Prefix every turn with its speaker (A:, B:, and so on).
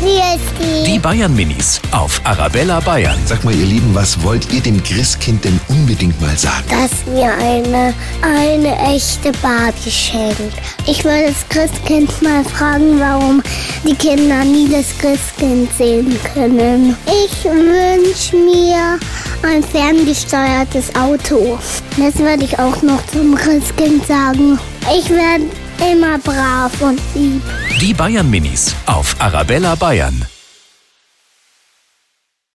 A: Christi.
B: Die Bayern Minis auf Arabella Bayern.
C: Sag mal, ihr Lieben, was wollt ihr dem Christkind denn unbedingt mal sagen?
A: Dass mir eine, eine echte Barbie schenkt. Ich würde das Christkind mal fragen, warum die Kinder nie das Christkind sehen können. Ich wünsche mir ein ferngesteuertes Auto. Das würde ich auch noch zum Christkind sagen. Ich werde immer brav und lieb.
B: Die Bayern Minis auf Arabella Bayern.